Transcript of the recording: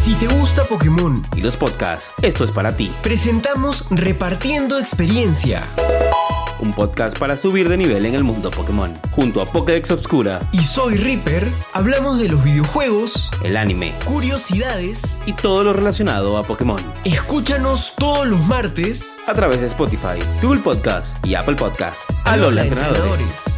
Si te gusta Pokémon, y los podcasts, esto es para ti. presentamos Repartiendo Experiencia Un podcast para subir de nivel en el mundo Pokémon. Junto a Pokédex Obscura, y Soy Reaper, hablamos de los videojuegos, el anime curiosidades. y todo lo relacionado a Pokémon. Escúchanos todos los martes A través de Spotify, Google Podcast y Apple Podcast. A los entrenadores.